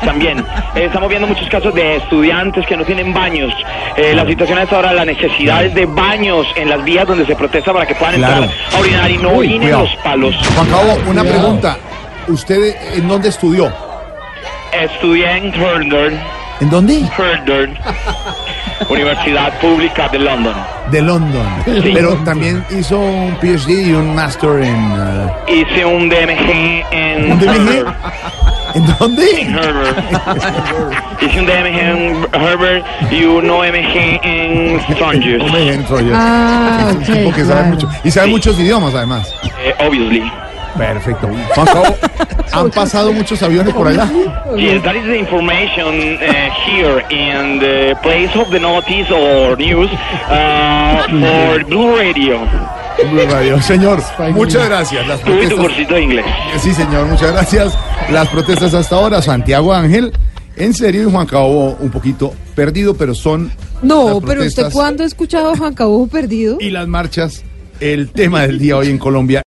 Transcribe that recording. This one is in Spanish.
también. Eh, estamos viendo muchos casos de estudiantes que no tienen baños. Eh, la situación a esta hora, las necesidades de baños en las vías donde se protesta para que puedan Claro. entrar a orinar y no Uy, orinen cuidado. los palos. Juan Caobo, una pregunta. ¿Usted en dónde estudió? Estudié en Herndon, ¿En dónde? Herndon, Universidad Pública de London. De London. Pero también hizo un PhD y un Master en... eh, Hice un DMG en ¿Un DMG? Herndon. ¿En dónde? Herbert. Hice un DMG en Herbert y un OMG en Strangers. Hombre, entro yo. Ah, Es un tipo ok, que sabe claro. mucho. Y sabe muchos idiomas, además. Eh, obviously. Perfecto. Juan Cabo, han pasado muchos aviones por allá. Yes, that is the information uh, here in the place of the notice or news uh, for Blue Radio. Blue Radio. Señor, muchas gracias. Las Tuve tu protestas, cursito de inglés. sí, señor, muchas gracias. Las protestas hasta ahora, Santiago Ángel. En serio, y Juan Cabo un poquito perdido, pero son. No, las pero usted protestas cuándo ha escuchado a Juan Cabujo perdido? Y las marchas, el tema del día hoy en Colombia.